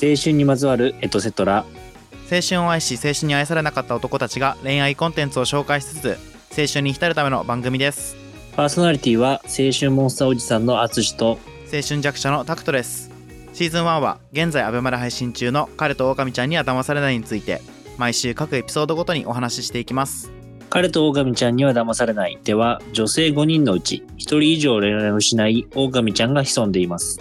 青春にまつわるエトセトラ青春を愛し青春に愛されなかった男たちが恋愛コンテンツを紹介しつつ青春に浸るための番組ですパーソナリティは青春モンスターおじさんの淳と青春弱者のタクトですシーズン1は現在アベマで配信中の彼と狼ちゃんには騙されないについて毎週各エピソードごとにお話ししていきます彼と狼ちゃんには騙されないでは女性5人のうち1人以上恋愛をしない狼ちゃんが潜んでいます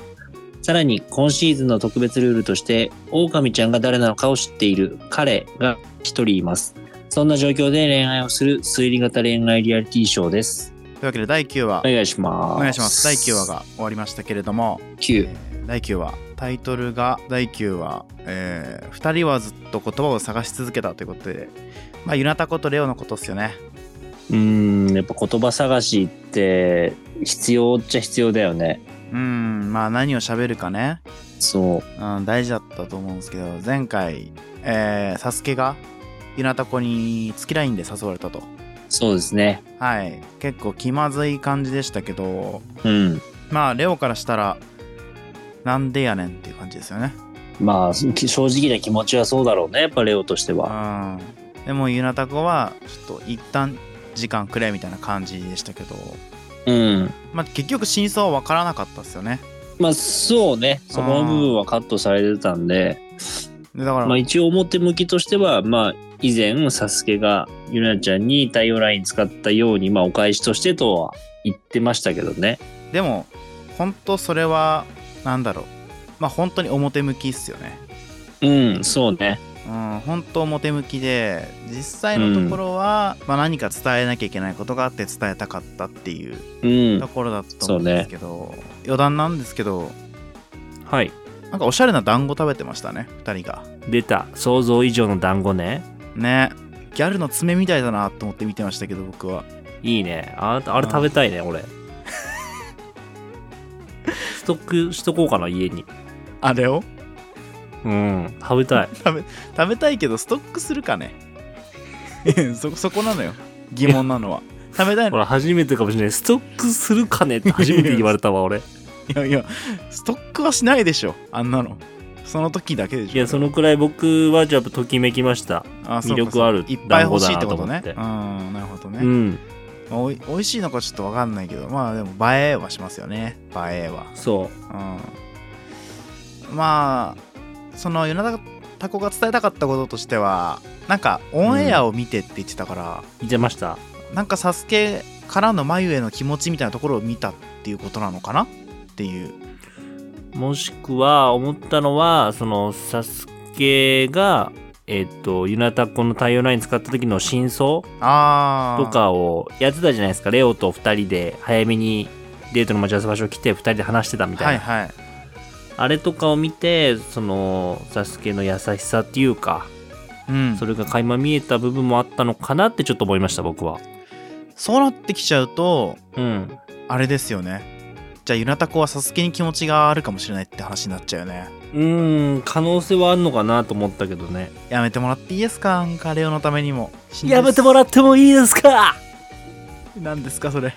さらに今シーズンの特別ルールとして狼ちゃんが誰なのかを知っている彼が1人いますそんな状況で恋愛をする推理型恋愛リアリティショーですというわけで第9話お願いしますお願いします第9話が終わりましたけれども9第9話タイトルが第9話、えー、2人はずっと言葉を探し続けたということでまあユナタコとレオのことっすよねうーんやっぱ言葉探しって必要っちゃ必要だよねうんまあ何を喋るかね、そううん、大事だったと思うんですけど前回、えー、サスケがユナタコに月ラインで誘われたとそうですねはい結構気まずい感じでしたけどうんまあレオからしたらなんでやねんっていう感じですよねまあ正直な気持ちはそうだろうねやっぱレオとしてはうんでもユナタコはちょっと一旦時間くれみたいな感じでしたけど、うんまあ、結局真相は分からなかったですよねまあそうねそこの部分はカットされてたんででだから、まあ一応表向きとしてはまあ以前サスケがユナちゃんに太陽ライン使ったようにまあお返しとしてとは言ってましたけどねでも本当それはなんだろうまあ本当に表向きっすよねうんそうねうん本当表向きで実際のところは、まあ、何か伝えなきゃいけないことがあって伝えたかったっていううんところだと思うんですけど、余談なんですけどはいなんかおしゃれな団子食べてましたね2人が出た想像以上の団子ねねギャルの爪みたいだなと思って見てましたけど僕はいいね。ああれうん食べたいね、俺。 ストックしとこうかな、家に。あれをうん、食べた い。食べたいけどストックするかね そそこなのよ疑問なのは食べたいほのら、初めてかもしれない。ストックするかねって初めて言われたわ、俺。いやいやストックはしないでしょあんなのその時だけでしょいや、そのくらい僕は、やっぱ、ときめきました。あ魅力あるそうかそうかいっぱい欲しい団って子だな思っこととねてうんなるほどね、うん、まあおい美味しいのかちょっと分かんないけどまあでも映えはしますよね映えはそうんまあその与那タコが伝えたかったこととしてはなんかオンエアを見てって言ってたから、う。いてました。なんかサスケからの眉への気持ちみたいなところを見たっていうことなのかなっていうもしくは、思ったのは、その、サスケが、えっと、ユナタコの太陽ライン使った時の真相あーとかをやってたじゃないですかレオと2人で早めにデートの待ち合わせ場所来て2人で話してたみたいな、はいはいあれとかを見てそのサスケの優しさっていうかうんそれが垣間見えた部分もあったのかなってちょっと思いました僕はそうなってきちゃうとうんあれですよねじゃあユナタコはサスケに気持ちがあるかもしれないって話になっちゃうよねうーん可能性はあるのかなと思ったけどねやめてもらっていいですかなんかレオのためにもやめてもららってもいいですか何ですかそれ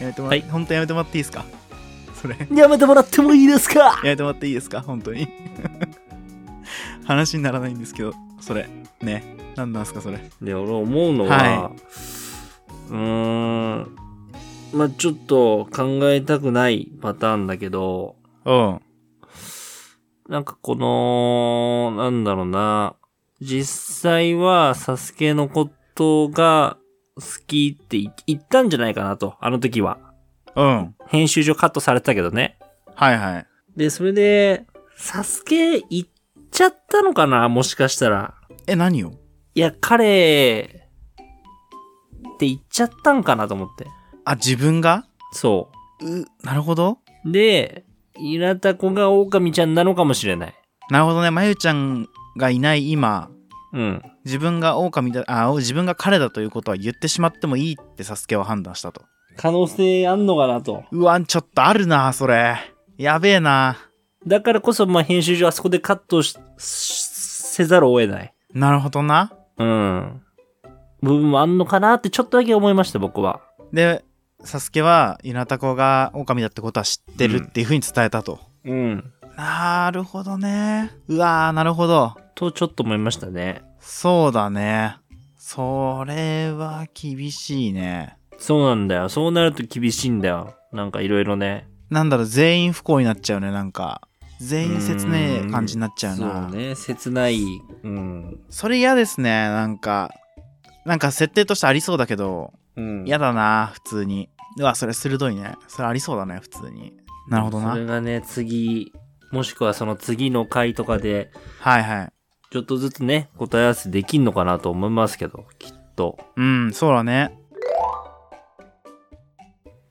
やめてもら、はい本当やめてもらっていいですかそれややめてもらってもいいですかめてもらっていいですか本当に話にならないんですけどそれね何なんですかそれで俺思うのは、はうーんまあちょっと考えたくないパターンだけどうんなんかこの、なんだろうな。実際は、サスケのことが好きってい言ったんじゃないかなと。あの時は。うん編集上カットされてたけどね。はいはいで、それで、サスケ行っちゃったのかなもしかしたら。え何をいや、彼、って言っちゃったんかなと思って。あ自分がそうなるほどう。で、イラタコが狼ちゃんなのかもしれない。なるほどねまゆちゃんがいない今うん。自分が狼だあ自分が彼だということは言ってしまってもいいってサスケは判断したと可能性あんのかなと。うわちょっとあるなそれやべえなだからこそ、まあ、編集上あそこでカットししせざるを得ない。なるほどなうん。部分もあんのかなってちょっとだけ思いました、僕は。でサスケはユナタコが狼だってことは知ってるっていうふうに伝えたと、うん。なるほどね。うわー、なるほど。とちょっと思いましたね。そうだね。それは厳しいね。そうなんだよ。そうなると厳しいんだよ。なんかいろいろね。なんだろう、全員不幸になっちゃうね、なんか。全員切ねえ感じになっちゃうな。そうね。切ない。うん。それ嫌ですね、なんか。なんか設定としてありそうだけど、うん。嫌だな、普通に。うわ、それ鋭いね。それありそうだね、普通に。なるほどな。それがね、次、もしくはその次の回とかで、はいはい。ちょっとずつね、答え合わせできんのかなと思いますけど、きっと。うん、そうだね。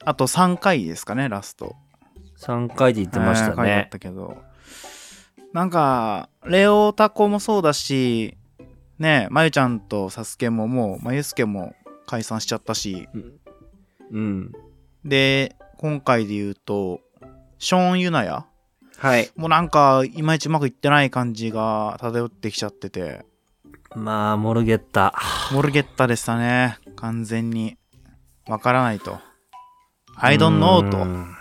あと3回ですかね、ラスト。 3回で言ってましえーた書いてあっね。たけど。なんか、レオタコもそうだし、ねえ、まゆちゃんとサスケももう、まゆすけも解散しちゃったし、うん。で、今回で言うと、ショーン・ユナヤはい。もうなんか、いまいちうまくいってない感じが漂ってきちゃってて、まあ、モルゲッタ。モルゲッタでしたね、完全に。わからないと。I don't know うと。ん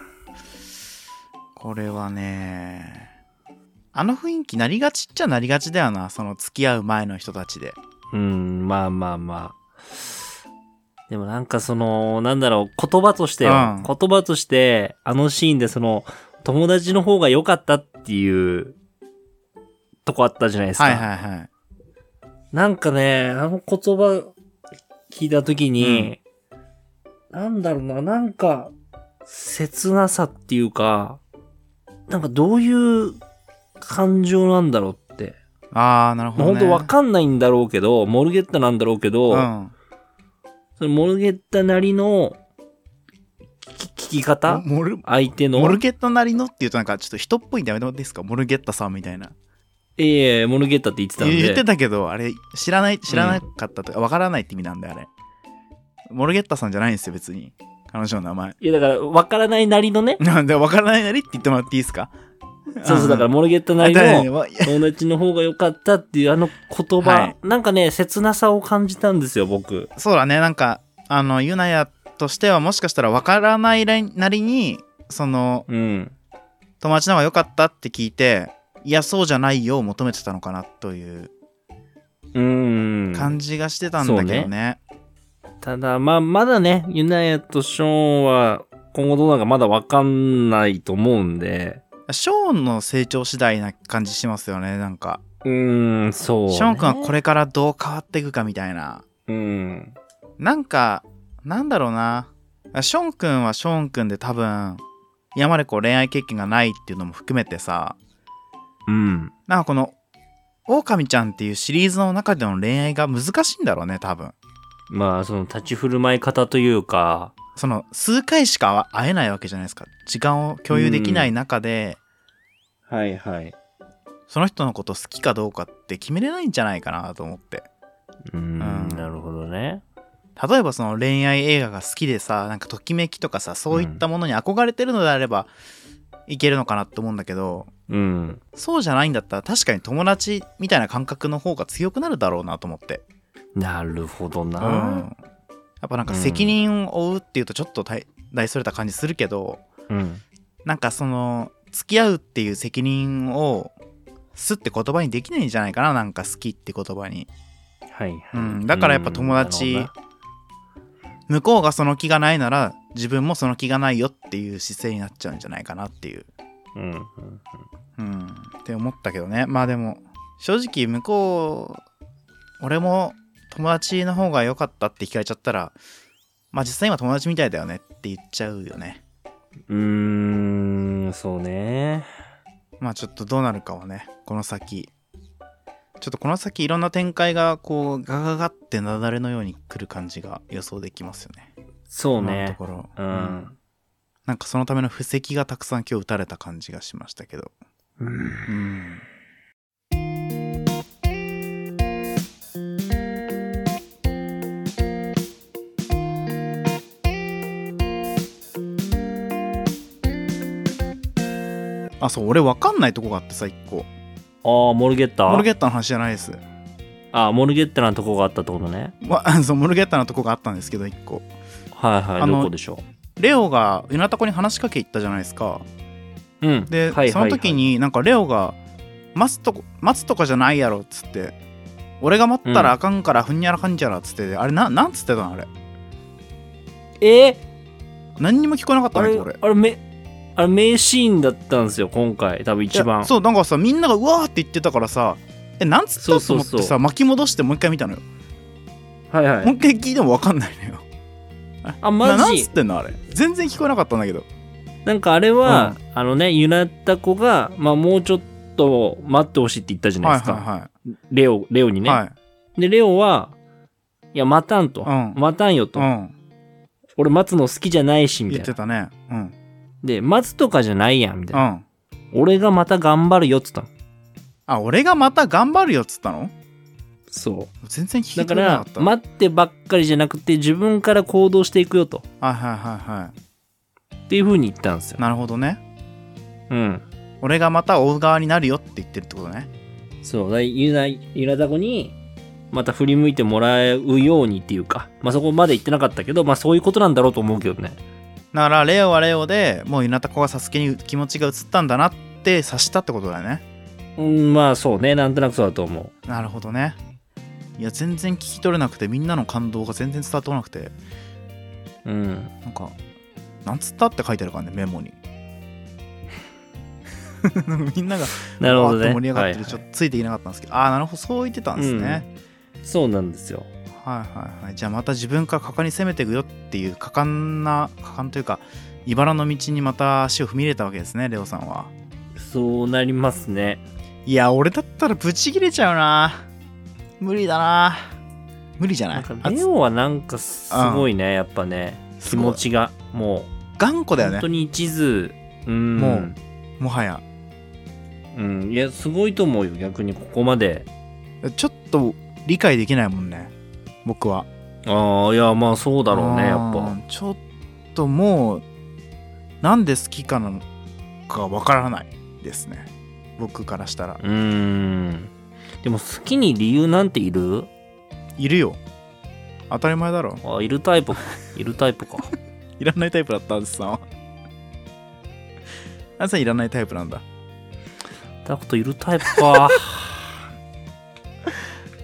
これはね、あの雰囲気なりがちっちゃなりがちだよな、その付き合う前の人たちで。うん、まあまあまあ。でもなんかその、なんだろう、言葉としてよ、うん言葉として、あのシーンでその、友達の方が良かったっていう、とこあったじゃないですか。はいはいはい。なんかね、あの言葉聞いたときに、なんだろうな、なんか、切なさっていうか、なんかどういう感情なんだろうって。ああ、なるほもうほんど、ね。とわかんないんだろうけど、モルゲッタなんだろうけど、うん。そのモルゲッタなりのき聞き方モル相手の。モルゲッタなりのっていうとなんかちょっと人っぽいんでやめてもらっていいですかモルゲッタさんみたいな。いやいや、モルゲッタって言ってたんで。言ってたけど、あれ、知らない、知らなかったとか、わからないって意味なんで、あれ。モルゲッタさんじゃないんですよ、別に。彼女の名前。 いや、だから、わからないなりのね。なんで、わからないなりって言ってもらっていいですかそうそう、だから、モルゲッタなりあだのね。わ友達の方が良かったっていうあの言葉、はいなんかね切なさを感じたんですよ僕そうだね、なんか、あの、ユナヤとしては、もしかしたらわからないなりに、その、うん友達の方が良かったって聞いて、いや、そうじゃないよを求めてたのかなといううーん感じがしてたんだけどそうねただまあまだねユナヤとショーンは今後どうなるかまだ分かんないと思うんでショーンの成長次第な感じしますよねなんかうーんそう、ね、ショーン君はこれからどう変わっていくかみたいなうんなんかなんだろうなショーン君はショーン君で多分今までこう恋愛経験がないっていうのも含めてさうんなんかこの「オオカミちゃん」っていうシリーズの中での恋愛が難しいんだろうね多分まあその立ち振る舞い方というかその数回しか会えないわけじゃないですか時間を共有できない中で、はいはいその人のこと好きかどうかって決めれないんじゃないかなと思ってうーんうんなるほどね例えばその恋愛映画が好きでさなんかときめきとかさそういったものに憧れてるのであれば、いけるのかなって思うんだけどうんそうじゃないんだったら確かに友達みたいな感覚の方が強くなるだろうなと思って、なるほどうな、ん、やっぱなんか責任を負うっていうとちょっと大大それた感じするけどうんなんかその付き合うっていう責任をすって言葉にできないんじゃないかななんか好きって言葉にはいはい、うん、だからやっぱ友うんな達るほどな向こうがその気がないなら自分もその気がないよっていう姿勢になっちゃうんじゃないかなっていう、うんうんうん、って思ったけどねまあでも正直向こう俺も友達の方が良かったって聞かれちゃったらまあ実際今友達みたいだよねって言っちゃうよねうーん、そうね。まあちょっとどうなるかはねこの先ちょっとこの先いろんな展開がこうガガガってなだれのように来る感じが予想できますよねそう今のとね。ころ、うん。なんかそのための布石がたくさん今日打たれた感じがしましたけど。うん。あ、そう、俺わかんないとこがあってさ、一個。ああ、モルゲッタモルゲッタの話じゃないです。ああ、モルゲッタなとこがあったってことね。わ そうモルゲッタのとこがあったんですけど、一個。はいはあい、のどこでしょレオがユナタコに話しかけ行ったじゃないですか。う。うん。で、その時、になんかレオが待つとこ待つとかじゃないやろっつって俺が待ったらあかんからふんにゃらかんじゃらっつって、あれななんつってたのあれえー何にも聞こえなかったあのれ、俺あれ、め、あれ、名シーンだったんですよ、今回。多分一いや番。そうなんかさみんながうわーって言ってたからさえなんつったそうとそう思そうってさ巻き戻してもう一回見たのよ、はいはもい。う一回聞いても分かんないのよあ、なマなんつジってんのあれ全然聞こえなかったんだけどなんかあれは、あのね、ゆなった子が、まあ、もうちょっと待ってほしいって言ったじゃないはでいすか。はレオ、レオにいはい、ね。はいで、レオは、いや、待たんと。うん待たんよと。うん俺、待つの好きじゃないし、み言たいってな。たねうんで、待つとかじゃないやん、みたいうな。ん俺がまた頑張るよって言ったの。あ俺がまた頑張るよっつったのそう。全然聞だいかてくれなからった待ってばっかりじゃなくて自分から行動していくよとはいはいはいはっていう風に言ったんですよい。なるほどねうん。俺がまた追う側になるよって言ってるってことねそう。だゆな、ゆなだこにまた振り向いてもらうようにっていうか、まあそこまで言ってなかったけど、まあそういうことなんだろうと思うけどね。だからレオはレオでもうユナタコがサスケに気持ちが移ったんだなって察したってことだよねうん、まあそうね。なんとなくそうだと思う。なるほどねいや全然聞き取れなくてみんなの感動が全然伝わってこなくてうん。なんか「なんつった?」って書いてあるからねメモに みんながなるほどわね。ーっと盛り上がってる、はいちょっとついていけなかったんですけどああなるほどそう言ってたんですね、そうなんですよ。はいはいはいじゃあまた自分から果敢に攻めていくよっていう果敢な果敢というか茨の道にまた足を踏み入れたわけですねレオさんはそうなりますね。いや俺だったらブチ切れちゃうな無理だな無理じゃなないんかあレオはなんかすごいね、やっぱね。す気ごい持ちがも頑固うだよ本当ねに一途。うん、もうもはやうん、いやすごいと思うよ逆にここまでちょっと理解できないもんね僕はああいやまあそうだろうねやっうぱんちょっともうなんで好きかなのかわからないですね僕からしたらうーんでも好きに理由なんているいるよ当たり前だろあいるタイ プかいるタイプかいらないタイプだったアズさんはアズさんいらないタイプなんだタクトいるタイプ か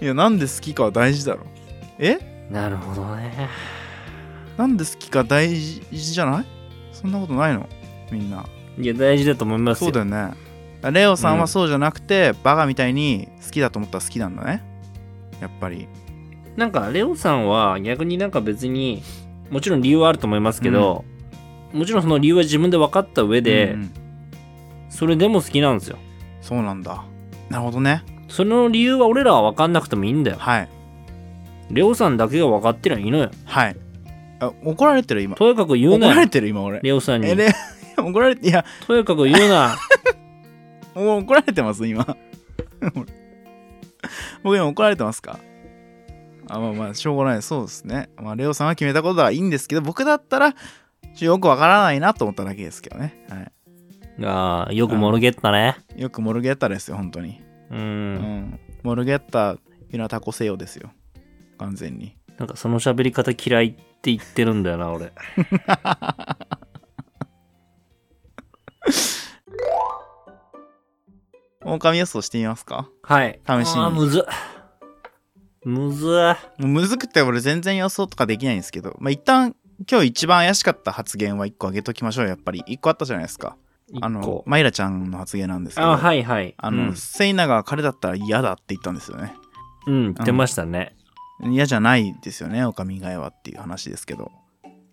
いやなんで好きかは大事だろえなるほどねなんで好きか大事じゃないそんなことないのみんないや大事だと思いますよそうだよねレオさんうはんそうじゃなくて、バカみたいに好きだと思ったら好きなんだねやっぱりなんかレオさんは逆になんか別にもちろん理由はあると思いますけど、もちろんその理由は自分で分かった上で、うんうんそれでも好きなんですよそうなんだなるほどねその理由は俺らは分かんなくてもいいんだよはいレオさんだけが分かってりゃいいのよはいあ怒られてる今とやかく言う怒ならよれてる今俺レオさんえにレ 怒られていやとやかく言う なもう怒られてます今 俺僕今怒られてますかあまあまあしょうがないそうですねまあレオさんは決めたことだからいいんですけど僕だったらちょっとよくわからないなと思っただけですけどね、はああよくモルゲッタねい、よくモルゲッタですよ本当にううん、んモルゲッタユナタコセヨですよ完全になんかその喋り方嫌いって言ってるんだよな俺狼予想してみますかはい試しにあーむずっむずっもうむずくて俺全然予想とかできないんですけどまあ一旦今日一番怪しかった発言は1個あげときましょうよやっぱり1個あったじゃないですかあ一の個マイラちゃんの発言なんですけどあはいはいあの、うんセイナが彼だったら嫌だって言ったんですよね。うん言ってましたね嫌じゃないですよね、オカミ以外はっていう話ですけど。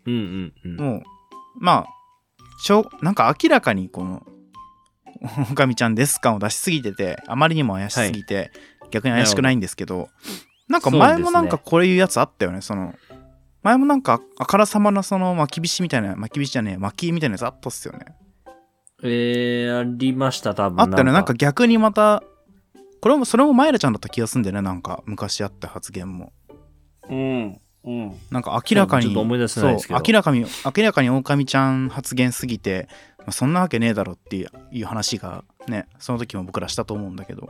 うんうんうんもう、まあ、しょうなんか明らかにこの、 オカミちゃんです感を出しすぎてて、あまりにも怪しすぎて、逆に怪しくないんですけど、なんか前もなんそうかでこれいうやつあったよね、その、前もなんかあからさまなその巻きびしみたいな、巻きびしじゃねえ、巻きみたいなやつあったっすよね。えー、ありました多分あったよね、なんか逆にまた、これも、それもマイラちゃんだった気がするんだよね、なんか昔あった発言も。うんうんなんか明らかそうに、ちょっと思い出せないですけどそう明らかに、明らかに狼ちゃん発言すぎて、まあそんなわけねえだろっていういう話がね、その時も僕らしたと思うんだけど、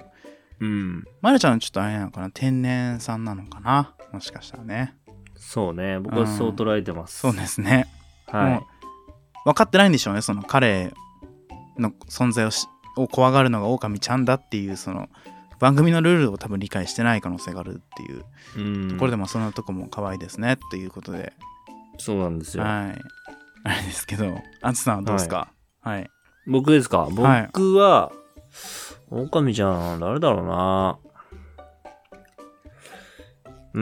うんまるちゃんはちょっとあれなのかな、天然さんなのかな、もしかしたらね。そうね僕はそう捉えてますそうですね。はもう分かってないんでしょうね、その彼の存在をしを怖がるのが狼ちゃんだっていうその番組のルールを多分理解してない可能性があるっていううんところでもそんなとこも可愛いですねっていうことで、そうなんですよ。はいあれですけどアンツさんはどうですかはい、僕ですかはい僕は、狼ちゃん、誰だろうな。うー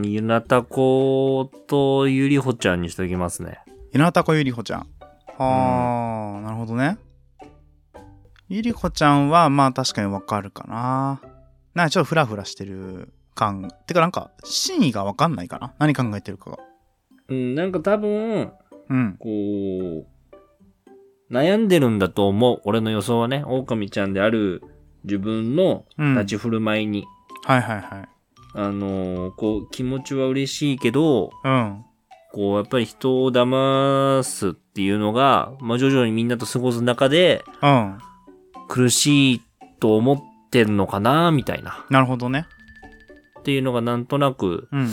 ん、ゆなたことゆりほちゃんにしときますね。ひなたこゆりほちゃんあー、なるほどねゆりほちゃんはまあ確かにわかるかななんかちょっとフラフラしてる感てかなんか真意がわかんないかな何考えてるかがうん、なんか多分、うんこう、悩んでるんだと思う。俺の予想はね、狼ちゃんである自分のうん立ち振る舞いに、はいはいはいあのーこう、気持ちは嬉しいけど、うんこう、やっぱり人を騙すっていうのが、まあ、徐々にみんなと過ごす中で、うん苦しいと思ってんのかな、みたいな。なるほどねっていうのがなんとなく、うん、うん、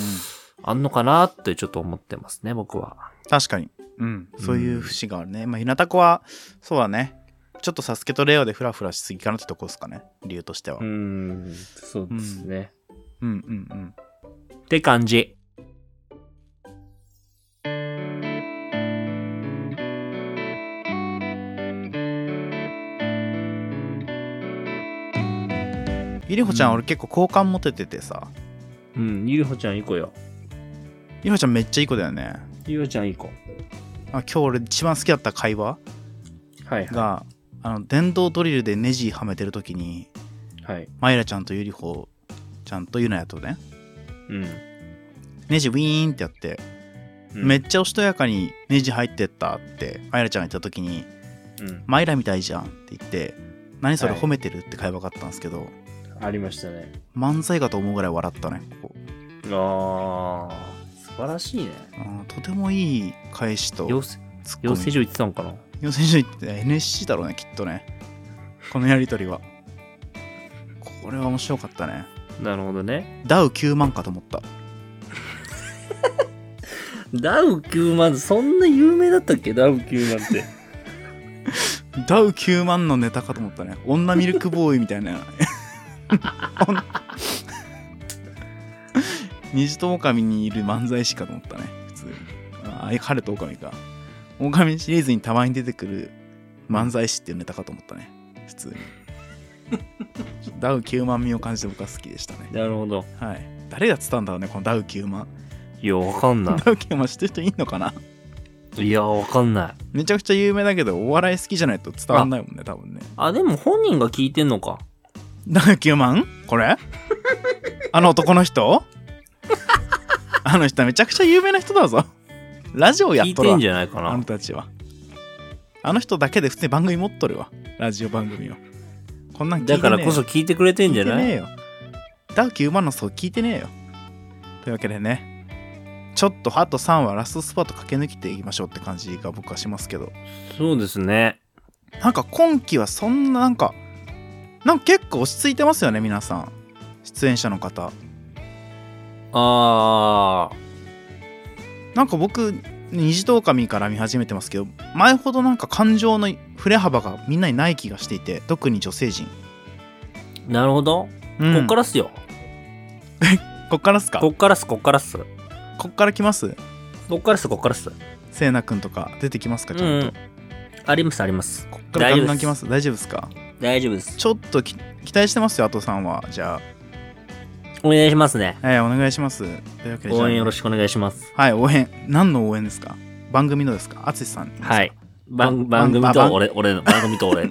あんのかなってちょっと思ってますね、僕は。確かにうんそういう節があるね、まあひなたこはそうだねちょっとサスケとレオでフラフラしすぎかなってとこですかね理由としては、ん、そうですね。うんうんうんって感じ。ゆりほちゃん、うん俺結構好感持てててさうん、ゆりほちゃんいい子よ。ゆりほちゃんめっちゃいい子だよねゆりほちゃんいい子。あ今日俺一番好きだった会話はい。があの電動ドリルでネジはめてる時にはい。マイラちゃんとゆりほちゃんとゆなやとねうん。ネジウィーンってやって、めっちゃおしとやかにネジ入ってったってマイラちゃんが言った時にうん、マイラみたいじゃんって言って何それはい褒めてるって会話があったんですけど、ありましたね。漫才かと思うぐらい笑ったねここあー、素晴らしいね。あーとてもいい返しと養成ツッコ養ミ成所行ってたのかな養成所行って NSC だろうねきっとねこのやりとりはこれは面白かったねなるほどね。ダウ9万かと思ったダウ9万、そんな有名だったっけダウ9万 って。ダウ9万のネタかと思ったね女ミルクボーイみたいな おん虹と狼にいる漫才師かと思ったね普通にああ彼と狼か狼シリーズにたまに出てくる漫才師っていうネタかと思ったね普通にダウ9万味を感じて僕は好きでしたねなるほど。はい。誰がつったんだろうね、このダウ9万。いや、わかんな。ダウ9万知ってる人いんのかないいや、わかんない。めちゃくちゃ有名だけど、お笑い好きじゃないと伝わんないもんね、多分ね。あ、でも本人が聞いてんのか。ダウ9万これあの男の人あの人めちゃくちゃ有名な人だぞ。ラジオや聞っいとるてわん。じゃないかあのな。人たちは。あの人だけで普通に番組持っとるわ。ラジオ番組を。こんなん聞いてねだえよからこそ聞いてくれてんじゃな聞いてねえいよダウキ馬の層聞いてねえよというわけでねちょっとあと3はラストスパート駆け抜けていきましょうって感じが僕はしますけどそうですね。なんか今期はそんななんかなんか結構落ち着いてますよね皆さん出演者の方あなんか僕虹と狼から見始めてますけど前ほどなんか感情の振れ幅がみんなにない気がしていて特に女性陣、ー、なるほど。うんこっからっすよ。こっからっすかこっからっす、こっからっす。こっから来ますこっからっす、こっからっす。せいなくんとか出てきますかうちゃんと、ん。あります、あります。こっからガンガ大丈夫でンす来ます大丈夫ですか大丈夫です。ちょっとき期待してますよ、あとさんは。じゃお願いしますね。あ、えーお願いします。というわけで、応援よろししくお願いします。はい、応援。何の応援ですか番組のですかあつしさん。はい。。番番番組と俺、俺の、番組と 俺。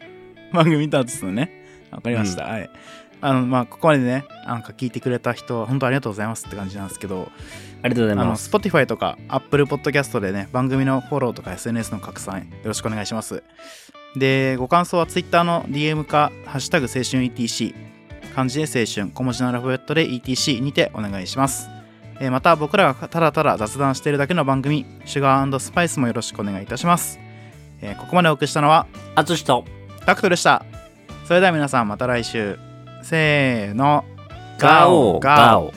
番組とあつしのね。わかりました。はい。あの、まあ、ここまでね、なんか聞いてくれた人、本当ありがとうございますって感じなんですけど、ありがとうござあいまの、す。 Spotify とか Apple Podcast でね、番組のフォローとか SNS の拡散、よろしくお願いします。で、ご感想は Twitter の DM か、ハッシュタグ青春 ETC、漢字で青春、小文字のアルファベットで ETC にてお願いします。えーまた、僕らがただただ雑談しているだけの番組、シュガースパイスもよろしくお願いいたします。えーここまでお送りしたのは、あつしと、タクトでした。それでは皆さん、また来週。せーの、ガオ、ガオ。